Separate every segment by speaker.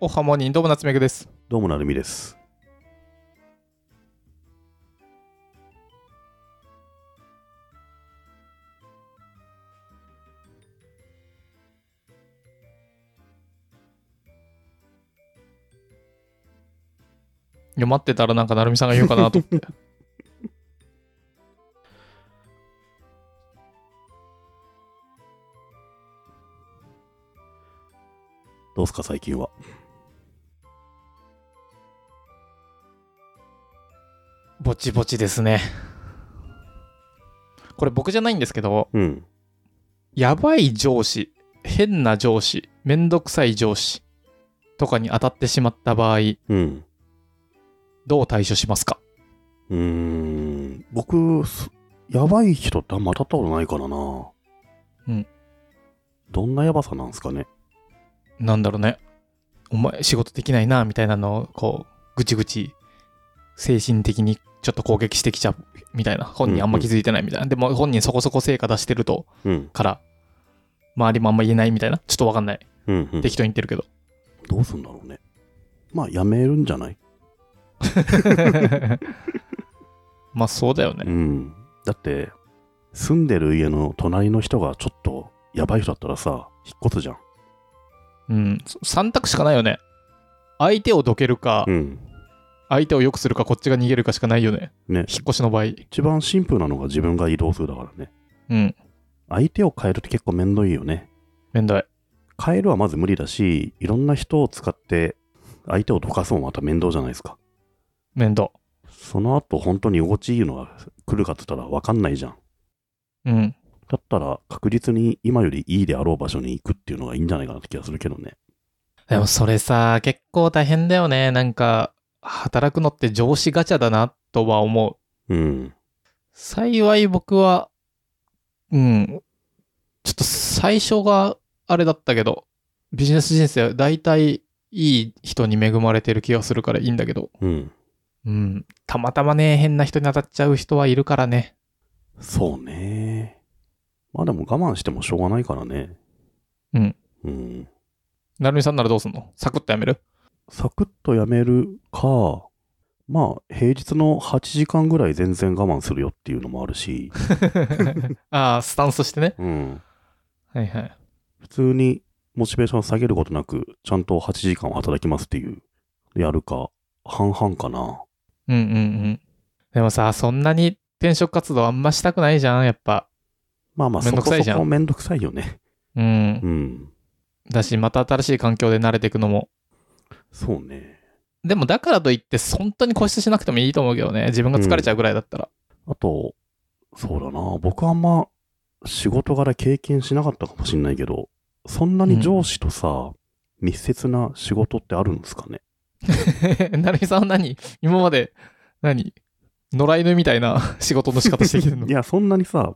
Speaker 1: おはモーニンどうも夏目くです。
Speaker 2: どうもなるみです。
Speaker 1: いや待ってたらなんか成美さんが言うかなと思って。
Speaker 2: どうすか最近は。
Speaker 1: ぼちぼちですね。これ僕じゃないんですけど、
Speaker 2: うん。
Speaker 1: やばい上司、変な上司、めんどくさい上司とかに当たってしまった場合、
Speaker 2: うん。
Speaker 1: どう対処しますか
Speaker 2: うーん。僕、すやばい人ってあんま当たったことないからな。
Speaker 1: うん。
Speaker 2: どんなやばさなんすかね。
Speaker 1: なんだろうね。お前仕事できないな、みたいなのを、こう、ぐちぐち、精神的にちょっと攻撃してきちゃう、みたいな。本人あんま気づいてないみたいな。でも本人そこそこ成果出してると、
Speaker 2: うん。
Speaker 1: から、周りもあんま言えないみたいな。ちょっとわかんない。
Speaker 2: うん、うん。
Speaker 1: 適当に言ってるけど。
Speaker 2: どうすんだろうね。まあ、やめるんじゃない
Speaker 1: まあそうだよ
Speaker 2: う
Speaker 1: ね。
Speaker 2: ん。だって、住んでる家の隣の人がちょっとやばい人だったらさ、引っ越すじゃん。
Speaker 1: うん。3択しかないよね。相手をどけるか、
Speaker 2: うん。
Speaker 1: 相手を良くするか、こっちが逃げるかしかないよね。
Speaker 2: ね。
Speaker 1: 引っ越しの場合。
Speaker 2: 一番シンプルなのが自分が移動するだからね。
Speaker 1: うん。
Speaker 2: 相手を変えるって結構めんどいよね。
Speaker 1: めんどい。
Speaker 2: 変えるはまず無理だし、いろんな人を使って相手をどかすのもまた面倒じゃないですか。
Speaker 1: 面倒。
Speaker 2: その後本当に心地いいのが来るかって言ったら分かんないじゃん。
Speaker 1: うん。
Speaker 2: だったら確実に今よりいいであろう場所に行くっていうのがいいんじゃないかなって気がするけどね。
Speaker 1: でもそれさ、結構大変だよね。なんか、働くのって上司ガチャだなとは思う。
Speaker 2: うん。
Speaker 1: 幸い僕は、うん、ちょっと最初があれだったけど、ビジネス人生大体いい人に恵まれてる気がするからいいんだけど、
Speaker 2: うん。
Speaker 1: うん、たまたまね、変な人に当たっちゃう人はいるからね。
Speaker 2: そうね。まあでも我慢してもしょうがないからね。
Speaker 1: うん。
Speaker 2: うん。
Speaker 1: なるみさんならどうすんのサクッとやめる
Speaker 2: サクッとやめるか、まあ平日の8時間ぐらい全然我慢するよっていうのもあるし、
Speaker 1: ああ、スタンスとしてね。
Speaker 2: うん。
Speaker 1: はいはい。
Speaker 2: 普通にモチベーション下げることなく、ちゃんと8時間は働きますっていう、やるか、半々かな。
Speaker 1: うんうんうん。でもさ、そんなに転職活動あんましたくないじゃん、やっぱ。
Speaker 2: まあまあ、
Speaker 1: め
Speaker 2: そ
Speaker 1: んど
Speaker 2: こ
Speaker 1: くさいじ
Speaker 2: そ
Speaker 1: ゃん
Speaker 2: こめんどくさいよね。
Speaker 1: うん
Speaker 2: う。ん。
Speaker 1: だし、また新しい環境で慣れていくのも
Speaker 2: そうね。
Speaker 1: でもだからといって、本当に固執しなくてもいいと思うけどね。自分が疲れちゃうぐらいだったら。
Speaker 2: あと、そうだな。僕はあんま仕事柄経験しなかったかもしんないけど、そんなに上司とさ、密接な仕事ってあるんですかね。
Speaker 1: なるみさんは何今まで何、野良犬みたいな仕事の仕方してきてるの
Speaker 2: いや、そんなにさ、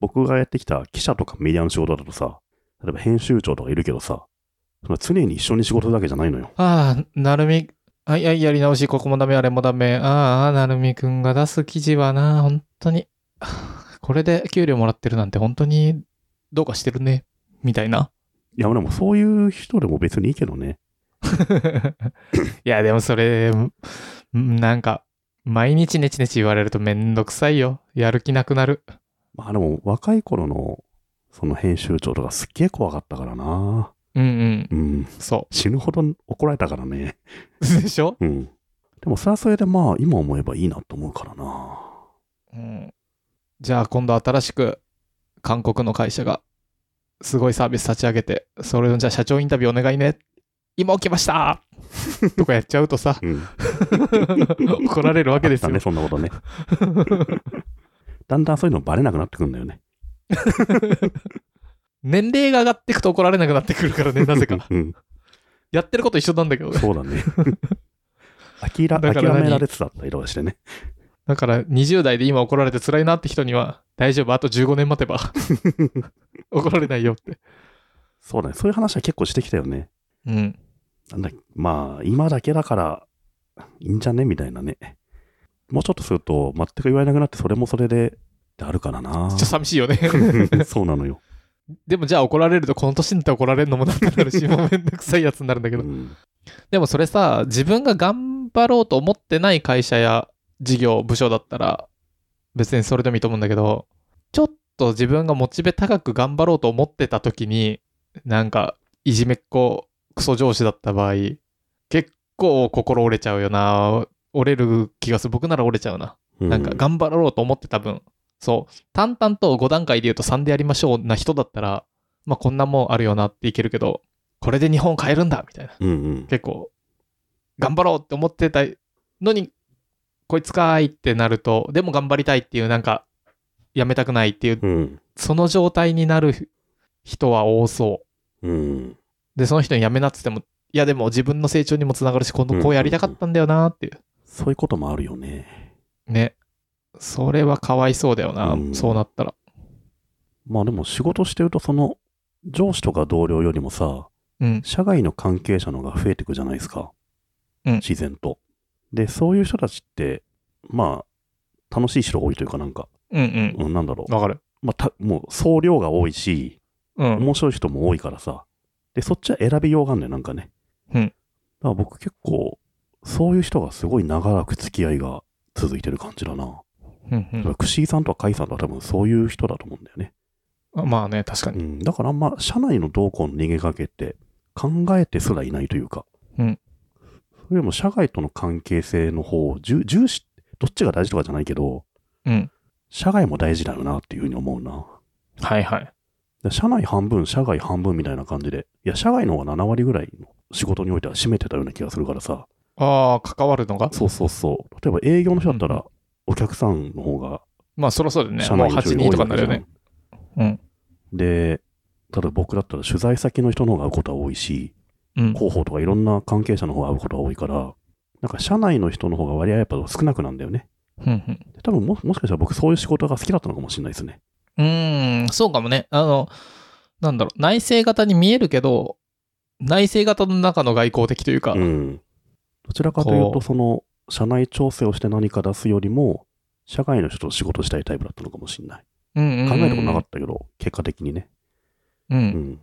Speaker 2: 僕がやってきた記者とかメディアの仕事だとさ、例えば編集長とかいるけどさ、その常に一緒に仕事するわけじゃないのよ。
Speaker 1: ああ、なるみ、はいはい、やり直し、ここもダメ、あれもダメ。ああ、なるみくんが出す記事はな、本当に。 これで給料もらってるなんて本当にどうかしてるね。みたいな。
Speaker 2: いや、でもそういう人でも別にいいけどね。
Speaker 1: いや、でもそれ、んなんか、毎日ネチネチ言われるとめんどくさいよ。やる気なくなる。
Speaker 2: まあでも若い頃のその編集長とかすっげえ怖かったからな。
Speaker 1: うんうん。
Speaker 2: うん。
Speaker 1: そ
Speaker 2: 死ぬほど怒られたからね。
Speaker 1: う。 でしょ
Speaker 2: うん。でもそれはそれでまあ今思えばいいなと思うからな。、
Speaker 1: うん。じゃあ今度新しく韓国の会社がすごいサービス立ち上げて、それをじゃあ社長インタビューお願いね。今起きましたとかやっちゃうとさ
Speaker 2: うん。
Speaker 1: 怒られるわけです
Speaker 2: だね、
Speaker 1: よ。
Speaker 2: そんなことね。だんだんそういうのバレなくなってくるんだよね。
Speaker 1: 年齢が上がっていくと怒られなくなってくるから ね、なぜか。
Speaker 2: うん。
Speaker 1: やってること一緒なんだけどね。
Speaker 2: そうだ ね。諦
Speaker 1: だから
Speaker 2: 諦
Speaker 1: 何
Speaker 2: められてたって色がしてね。
Speaker 1: だから20代で今怒られて辛いなって人には、大丈夫、あと15年待 てば。怒られないよって。
Speaker 2: そうだね。そういう話は結構してきたよね。
Speaker 1: うん。
Speaker 2: なんだまあ、今だけだから、いいんじゃねみたいなね。もうちょっとすると、全く言われなくなって、それもそれで、ってあるか らな
Speaker 1: ちょっと。寂しいよね。
Speaker 2: そうなのよ。
Speaker 1: でもじゃあ怒られるとこの年になって怒られるのもなってなるし、もうめんどくさいやつになるんだけ
Speaker 2: う
Speaker 1: ど。
Speaker 2: ん
Speaker 1: でもそれさ、自分が頑張ろうと思ってない会社や事業、部署だったら、別にそれでもいいと思うんだけど、ちょっと自分がモチベ高く頑張ろうと思ってた時に、なんか、いじめっ子、クソ上司だった場合、結構心折れちゃうよな。折れる気がする。僕なら折れちゃうな。
Speaker 2: う
Speaker 1: なんか、頑張ろうと思ってた分、そう、淡々と5段階で言うと3でやりましょうな人だったら、まあこんなもんあるよなっていけるけど、これで日本変えるんだみたいな。
Speaker 2: うんうん。
Speaker 1: 結構頑張ろうって思ってたのにこいつかーいってなるとでも頑張りたいっていうなんかやめたくないっていう
Speaker 2: うん。
Speaker 1: その状態になる人は多そ
Speaker 2: うん。
Speaker 1: うでその人にやめなっつってもいやでも自分の成長にもつながるし今
Speaker 2: うん
Speaker 1: 度
Speaker 2: うん
Speaker 1: こうやりたかったんだよなーっていう
Speaker 2: そういうこともあるよね。
Speaker 1: ねそれはかわいそうだよな、
Speaker 2: うん
Speaker 1: そうなったら
Speaker 2: まあでも仕事してるとその上司とか同僚よりもさ、
Speaker 1: うん
Speaker 2: 社外の関係者の方が増えていくじゃないですか。
Speaker 1: うん
Speaker 2: 自然と。で、そういう人たちって、まあ、楽しい人が多いというかなんか、
Speaker 1: うんうん
Speaker 2: うん、なんだろう。
Speaker 1: わかる
Speaker 2: まあ、たもう総量が多いし、
Speaker 1: うん
Speaker 2: 面白い人も多いからさ。で、そっちは選びようがあるんだよ、なんかね。
Speaker 1: うん
Speaker 2: だから僕結構、そういう人がすごい長らく付き合いが続いてる感じだな。
Speaker 1: うんう
Speaker 2: だ
Speaker 1: ん
Speaker 2: から、串井さんとか甲斐さんとか多分そういう人だと思うんだよね。
Speaker 1: あまあね確か
Speaker 2: う
Speaker 1: に
Speaker 2: ん、だからあんま社内の動向の逃げかけって考えてすらいないというか、
Speaker 1: うん
Speaker 2: それよりも社外との関係性の方を重重視どっちが大事とかじゃないけど
Speaker 1: うん
Speaker 2: 社外も大事だよなっていうふうに思うな
Speaker 1: はいはい
Speaker 2: で社内半分社外半分みたいな感じでいや社外の方が7割ぐらいの仕事においては占めてたような気がするからさ
Speaker 1: ああ関わるのが
Speaker 2: そうそうそう例えば営業の人だった
Speaker 1: うん
Speaker 2: らお客さんの方が
Speaker 1: まあそろそろね
Speaker 2: 社
Speaker 1: もう
Speaker 2: 内の
Speaker 1: 8
Speaker 2: 人より
Speaker 1: 人
Speaker 2: 多
Speaker 1: と
Speaker 2: い
Speaker 1: か
Speaker 2: わ
Speaker 1: にな
Speaker 2: け
Speaker 1: る
Speaker 2: じゃ
Speaker 1: よ
Speaker 2: ん
Speaker 1: ねうん
Speaker 2: でただ僕だったら取材先の人の方が会うことは多いし
Speaker 1: うん
Speaker 2: 広報とかいろんな関係者の方が会うことが多いから、なんか社内の人の方が割合やっぱ少なくなんだよね。
Speaker 1: うんうん
Speaker 2: で多分ももしかしたら僕そういう仕事が好きだったのかもしれないですね。
Speaker 1: うーん、そうかもね。あの、なんだろう、内政型に見えるけど、内政型の中の外交的というか、
Speaker 2: うん。どちらかという、
Speaker 1: ことう
Speaker 2: その、社内調整をして何か出すよりも、社外の人と仕事したいタイプだったのかもしれない。
Speaker 1: うんうんうん
Speaker 2: 考えたことなかったけど、結果的にね。
Speaker 1: う
Speaker 2: うんん。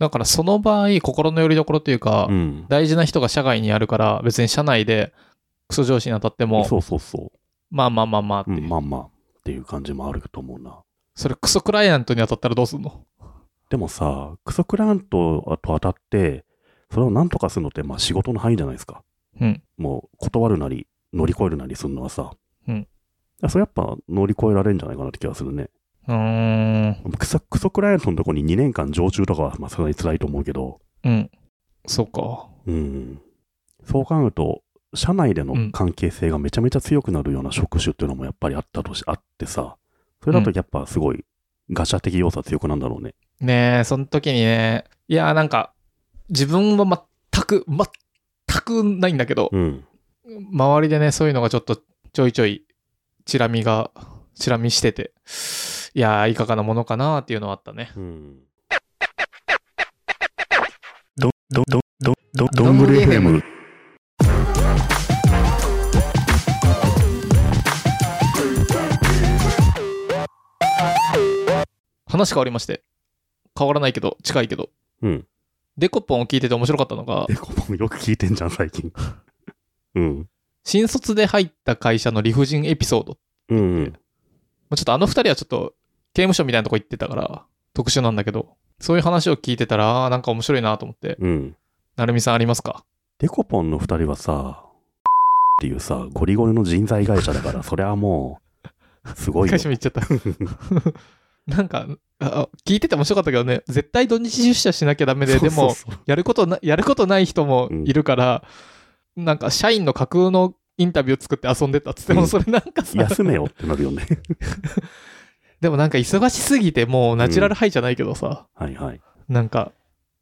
Speaker 1: だからその場合、心の拠り所というか、
Speaker 2: うん。
Speaker 1: 大事な人が社外にあるから、別に社内でクソ上司に当たっても、
Speaker 2: そうそうそ
Speaker 1: まあまあまあまあって
Speaker 2: う。う
Speaker 1: いう、
Speaker 2: ん、まあまあ。っていう感じもあると思うな。
Speaker 1: それクソクライアントに当たったらどうすんの
Speaker 2: でもさ、クソクライアントと当たって、それを何とかするのって、まあ仕事の範囲じゃないですか。
Speaker 1: うん。
Speaker 2: もう断るなり、乗り越えるなりするのはさ。
Speaker 1: うん
Speaker 2: それやっぱ乗り越えられるんじゃないかなって気がするね。
Speaker 1: うーん。
Speaker 2: クソ、クソクライアントのとこに2年間常駐とかは、まあ、それなりに辛いと思うけど、
Speaker 1: うん。そうか。
Speaker 2: うん。そう考えると、社内で
Speaker 1: う
Speaker 2: の
Speaker 1: ん
Speaker 2: 関係性がめちゃめちゃ強くなるような職種っていうのもやっぱりあったとし、あってさ、それだとやっぱすごい、ガチャ的要素は強くなんだろうね。
Speaker 1: ねえ、その時にね、いや、なんか、自分は全く、全くないんだけど、
Speaker 2: うん。
Speaker 1: 周りでね、そういうのがちょっとちょいちょい、チラ見が、チラ見してて、いやー、いかがなものかなっていうのはあったね。
Speaker 2: うん。
Speaker 3: ど、ど、ど、ど、ど、
Speaker 1: どんぐり FM。話変わりまして、変わらないけど、近いけど、
Speaker 2: うん。
Speaker 1: デコポンを聞いてて面白かったのが
Speaker 2: え、、ここもよく聞いてんじゃん、最近。うん。
Speaker 1: 新卒で入った会社の理不尽エピソード。
Speaker 2: うんうん。
Speaker 1: まあちょっとあの二人はちょっと刑務所みたいなとこ行ってたから、特殊なんだけど、そういう話を聞いてたら、あーなんか面白いなと思って、
Speaker 2: うん。
Speaker 1: なるみさんありますか
Speaker 2: デコポンの二人はさ、っていうさ、ゴリゴリの人材会社だから、それはもう、すごいよ
Speaker 1: 会。社も言っちゃった。 なんか、あ聞いてて面白かったけどね、絶対土日出社しなきゃダメで、
Speaker 2: そう
Speaker 1: で
Speaker 2: そう
Speaker 1: も、
Speaker 2: そう
Speaker 1: やることな、やることない人もいるから、なんか社員の架空のインタビュー作って遊んでたっつって
Speaker 2: う
Speaker 1: も、
Speaker 2: ん
Speaker 1: それなんかさ、
Speaker 2: 休めよってなる よね。
Speaker 1: でもなんか忙しすぎて、もうナチュラルハイじゃないけどさ、
Speaker 2: はいはい。
Speaker 1: なんか、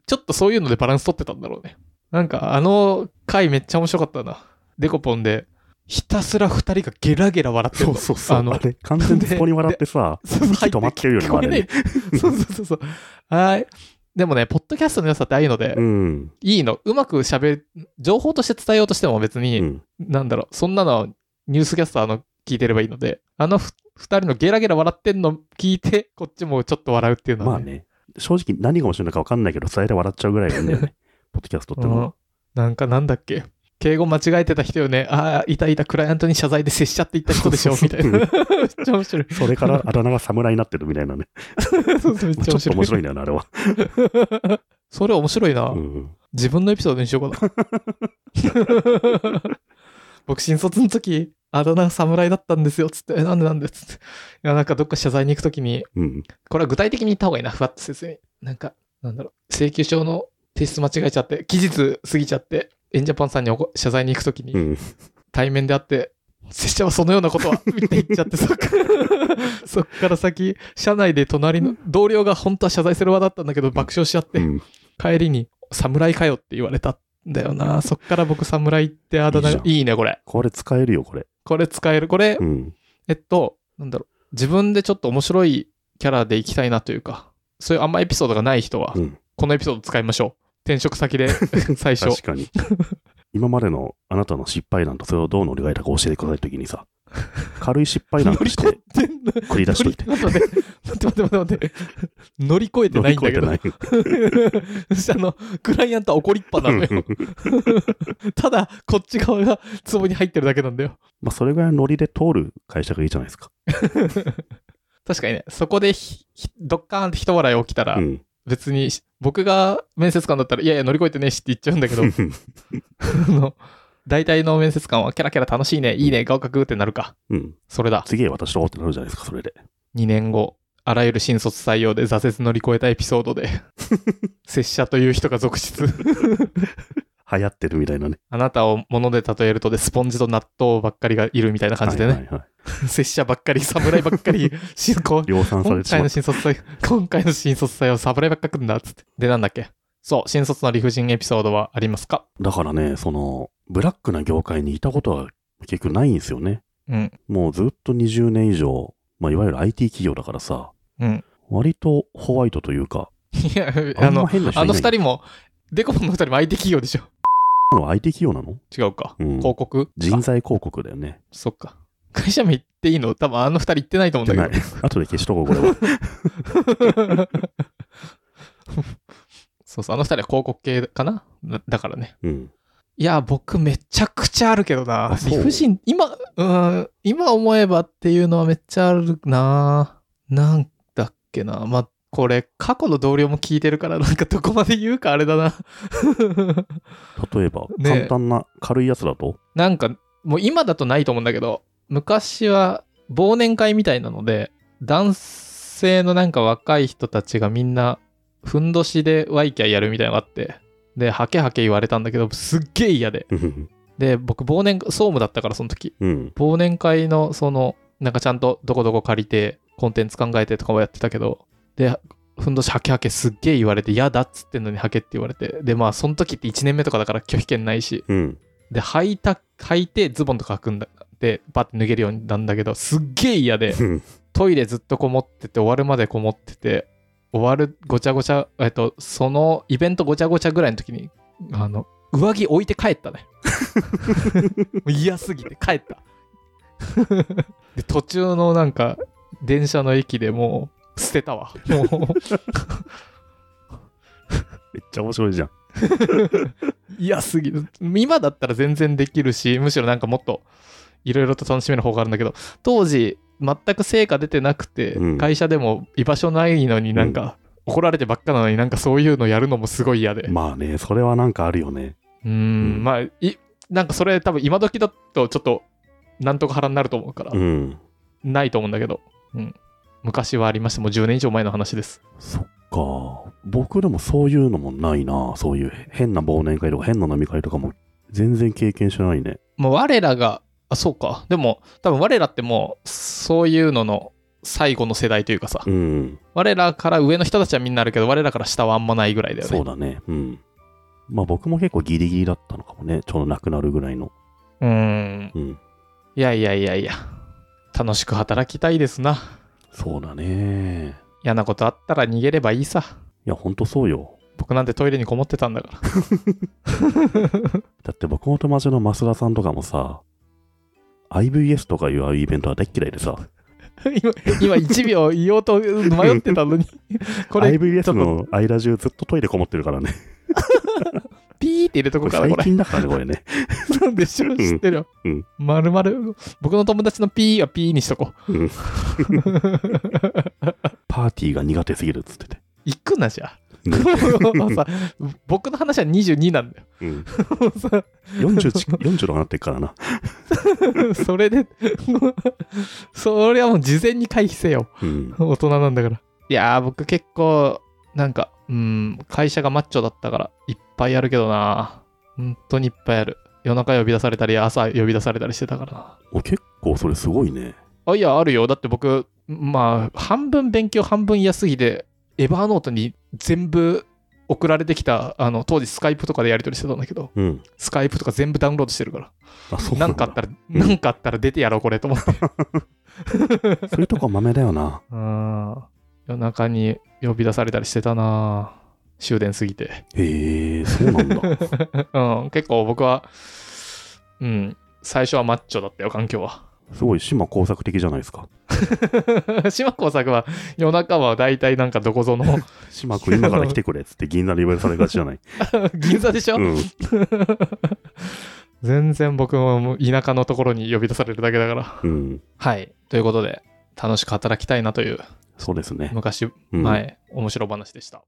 Speaker 1: ちょっとそういうのでバランス取ってたんだろうね。なんか、あの回めっちゃ面白かったな。デコポンで、ひたすら二人がゲラゲラ笑ってる
Speaker 2: そ
Speaker 1: の
Speaker 2: うそうそう。
Speaker 1: あ
Speaker 2: あ
Speaker 1: の
Speaker 2: れ、完全にそこに笑って さ、
Speaker 1: そう
Speaker 2: 息止まってるよね
Speaker 1: 聞こえない
Speaker 2: あれね
Speaker 1: そうそうそうそう。はい。でもね、ポッドキャストの良さってああいうので、
Speaker 2: うん。
Speaker 1: いいの。うまく喋る、情報として伝えようとしても別
Speaker 2: う
Speaker 1: に、
Speaker 2: ん。
Speaker 1: なんだろう、そんなのニュースキャスターの聞いてればいいので、あのふ二人のゲラゲラ笑ってんの聞いて、こっちもちょっと笑うっていうの
Speaker 2: ま
Speaker 1: は、
Speaker 2: あね、正直何が面白いのか分かんないけど、伝えて笑っちゃうぐらいなんだよね。ポッドキャストってのは。
Speaker 1: うんなんかなんだっけ敬語間違えてた人よね。ああ、いたいた、クライアントに謝罪で接しちゃっていった人でしょ、みたいな。め っちゃ面 白い。
Speaker 2: それからあだ名が侍になってるみたいなね。
Speaker 1: そうそうめっち
Speaker 2: ち
Speaker 1: ゃ面
Speaker 2: ょっと
Speaker 1: 白い。
Speaker 2: 面白いんだよね、あれは。
Speaker 1: それ面白いな。
Speaker 2: うん
Speaker 1: 自分のエピソードにしようか な。僕、新卒の時、あだ名侍だったんですよ、つって、えなんでなんで、つって。いや、なんかどっか謝罪に行く時に、
Speaker 2: うん。
Speaker 1: これは具体的に言った方がいいな、ふわっと説明。なんか、なんだろう、請求書の提出間違えちゃって、期日過ぎちゃって、エンジャパンさんにおこ謝罪に行くとき
Speaker 2: う
Speaker 1: に、
Speaker 2: ん。
Speaker 1: 対面で会って、拙者はそのようなこと は、って言っちゃって、そっからそっから先、社内で隣の同僚が本当は謝罪する場だったんだけど、爆笑しちゃっ
Speaker 2: う
Speaker 1: て、
Speaker 2: ん
Speaker 1: 帰りに、侍かよって言われたんだよな。そっから僕、侍ってあだ名
Speaker 2: いい
Speaker 1: が、いいね、これ。
Speaker 2: これ使えるよ、これ。
Speaker 1: これ使える。これ
Speaker 2: う、ん。
Speaker 1: えっと、なんだろう、自分でちょっと面白いキャラでいきたいなというか、そういうあんまエピソードがない人は
Speaker 2: う、ん。
Speaker 1: このエピソード使いましょう。転職先 で最初
Speaker 2: 確。か に。今までのあなたの失敗談とそれをどう乗り換えたか教えてくださいときにさ、軽い失敗談
Speaker 1: 乗
Speaker 2: と
Speaker 1: り
Speaker 2: し
Speaker 1: 越え
Speaker 2: て
Speaker 1: てんの
Speaker 2: 繰り出しといて。
Speaker 1: 乗り待って待って待って待って待って。乗り越えて
Speaker 2: 乗
Speaker 1: な
Speaker 2: り
Speaker 1: いん
Speaker 2: 越
Speaker 1: だ
Speaker 2: え
Speaker 1: け
Speaker 2: て
Speaker 1: ど
Speaker 2: な。い。
Speaker 1: そして あの、クライアントは怒りっぱなの よ。ただ、こっち側がツボに入ってるだけなんだよ。
Speaker 2: まあ、それぐらいのノリで通る会社がいいじゃないですか。
Speaker 1: 確かにね、そこでひひドッカーンって一笑い起きたら
Speaker 2: う、ん。
Speaker 1: 別にし僕が面接官だったら、いやいや乗り越えてねえしって言っちゃうんだけど、あの、大体の面接官はキャラキャラ楽しいね、いいね、合格ってなるか。
Speaker 2: うん。
Speaker 1: それだ。
Speaker 2: 次へ私と会おうってなるじゃないですか、それで。
Speaker 1: 2年後、あらゆる新卒採用で挫折乗り越えたエピソード で、拙者という人が続出。
Speaker 2: 流行ってるみたいなね。
Speaker 1: あなたを物で例えるとで、スポンジと納豆ばっかりがいるみたいな感じでね、
Speaker 2: はいはいはい
Speaker 1: 拙者ばっかり、侍ばっか り、しこ
Speaker 2: 量産さ
Speaker 1: 今
Speaker 2: れてし
Speaker 1: 回
Speaker 2: ま
Speaker 1: の
Speaker 2: った。
Speaker 1: 新卒祭、今回の新卒祭は侍ばっか来るんだっつって。で、なんだっけそう、新卒の理不尽エピソードはありますか
Speaker 2: だからね、その、ブラックな業界にいたことは結局ないんですよね。
Speaker 1: うん、
Speaker 2: もうずっと20年以上、まあ、いわゆる IT 企業だからさ、
Speaker 1: うん。
Speaker 2: 割とホワイトというか、
Speaker 1: いや、
Speaker 2: あ
Speaker 1: あ
Speaker 2: んま
Speaker 1: の、
Speaker 2: 変な人
Speaker 1: あ
Speaker 2: いな
Speaker 1: の
Speaker 2: い。
Speaker 1: 二人も、デコポンの二人も IT 企業でしょ。
Speaker 2: 人は IT 企業なの
Speaker 1: 違うか。
Speaker 2: うん
Speaker 1: 広告
Speaker 2: 人
Speaker 1: あ
Speaker 2: 材広告だよね。
Speaker 1: そっか。会社名言っていいの多分あの二人言ってないと思
Speaker 2: じ
Speaker 1: う
Speaker 2: ゃ
Speaker 1: んだ
Speaker 2: ない
Speaker 1: けど。。
Speaker 2: 後で消しとこう、これは。
Speaker 1: そうそう、あの二人は広告系かなだだからね。
Speaker 2: うん。
Speaker 1: いや、僕めちゃくちゃあるけどな
Speaker 2: あ。そう
Speaker 1: 理不尽、今、うーん、今思えばっていうのはめっちゃあるな。なんだっけな。まあ、これ、過去の同僚も聞いてるから、なんかどこまで言うかあれだな。
Speaker 2: 例えば、
Speaker 1: ねえ
Speaker 2: 簡単な軽いやつだと、
Speaker 1: なんか、もう今だとないと思うんだけど、昔は忘年会みたいなので、男性のなんか若い人たちがみんな、ふんどしでワイキャイやるみたいなのがあって、で、ハケハケ言われたんだけど、すっげえ嫌で。
Speaker 2: うん
Speaker 1: で、僕、忘年、総務だったから、その時。
Speaker 2: うん。
Speaker 1: 忘年会の、その、なんかちゃんとどこどこ借りて、コンテンツ考えてとかもやってたけど、で、ふんどしハケハケすっげえ言われて、嫌だっつってんのにハケって言われて、で、まあ、その時って1年目とかだから拒否権ないし、
Speaker 2: うん。
Speaker 1: で履いた履いてズボンとか履くんだでバッて脱げるようになんだけどすっげえ嫌でトイレずっとこもってて終わるまでこもってて終わるごちゃごちゃえっとそのイベントごちゃごちゃぐらいの時にあの上着置いて帰ったねもう嫌すぎて帰ったで途中のなんか電車の駅でもう捨てたわも
Speaker 2: めっちゃ面白いじゃん。
Speaker 1: う嫌すぎる今だったら全然できるしむしろなんかもっといろいろと楽しめる方があるんだけど当時全く成果出てなくて、
Speaker 2: うん
Speaker 1: 会社でも居場所ないのになんか、怒られてばっかなのになんかそういうのやるのもすごい嫌で、
Speaker 2: まあね、それはなんかあるよね。
Speaker 1: うー
Speaker 2: うん
Speaker 1: んまあいなんかそれ多分今時だとちょっとなんとか腹になると思うから、
Speaker 2: うん。
Speaker 1: ないと思うんだけど、うん、昔はありましたもう10年以上前の話です
Speaker 2: そっか。僕でもそういうのもないな。そういう変な忘年会とか変な飲み会とかも全然経験してないね。
Speaker 1: もう我らがあそうかでも多分我らってもうそういうのの最後の世代というかさ、
Speaker 2: うん。
Speaker 1: 我らから上の人たちはみんなあるけど我らから下はあんまないぐらいだよね
Speaker 2: そうだね。うん。まあ僕も結構ギリギリだったのかもね。ちょうどなくなるぐらいの。
Speaker 1: うーん
Speaker 2: うん。
Speaker 1: いやいやいやいや、楽しく働きたいですな。
Speaker 2: そうだね。
Speaker 1: 嫌なことあったら逃げればいいさ。
Speaker 2: いや、ほんとそうよ。
Speaker 1: 僕なんてトイレにこもってたんだから。
Speaker 2: だって僕の友達の増田さんとかもさ、IVS とかいうああいうイベントは大っ嫌いでさ、
Speaker 1: 今、今1秒言おうと迷ってたのに、これ、
Speaker 2: IVS の間中ずっとトイレこもってるからね。
Speaker 1: ピーって入れと
Speaker 2: こ
Speaker 1: こ
Speaker 2: れ
Speaker 1: うから、
Speaker 2: 最
Speaker 1: これ。
Speaker 2: 近だからね、これね。
Speaker 1: なんで知る知ってるよ
Speaker 2: うん。
Speaker 1: まるまる。僕の友達のピーはピーにしとこう。
Speaker 2: うんパーティーが苦手すぎるっつってて。
Speaker 1: 行くなじゃあ。
Speaker 2: ね
Speaker 1: もうさ僕の話は22なんだよ。
Speaker 2: うん、
Speaker 1: もうさ
Speaker 2: 40, ち40のなってっからな。
Speaker 1: それで、それはもう事前に回避せよ。
Speaker 2: うん。
Speaker 1: 大人なんだから。いやー、僕結構、なんか、うん、会社がマッチョだったから、いっぱいやるけどな。本当にいっぱいある。夜中呼び出されたり、朝呼び出されたりしてたからな。
Speaker 2: お結構それすごいね。
Speaker 1: あ、いや、あるよ。だって僕、まあ、半分勉強、半分嫌すぎで、エバーノートに全部送られてきた、あの、当時スカイプとかでやり取りしてたんだけど、
Speaker 2: うん。
Speaker 1: スカイプとか全部ダウンロードしてるから。
Speaker 2: あ、そうな
Speaker 1: なんん
Speaker 2: だ。
Speaker 1: かあったら、なんかあったら出てやろう、これと思って。
Speaker 2: そういうとこは豆だよな。
Speaker 1: うん。夜中に呼び出されたりしてたな終電過ぎて。
Speaker 2: へえ、そうなんだ。
Speaker 1: うん、結構僕は、うん、最初はマッチョだったよ、環境は。
Speaker 2: すごい島工作的じゃないですか。
Speaker 1: 島耕作は夜中は大体なんかどこぞの
Speaker 2: 島君今から来てくれっつって銀座で言わされがちじゃない。
Speaker 1: 銀座でしょ、
Speaker 2: うん。
Speaker 1: 全然僕ももう田舎のところに呼び出されるだけだから。
Speaker 2: うん。
Speaker 1: はい。ということで、楽しく働きたいなという、
Speaker 2: そうですね。
Speaker 1: 昔、
Speaker 2: うん、
Speaker 1: 前、面白話でした。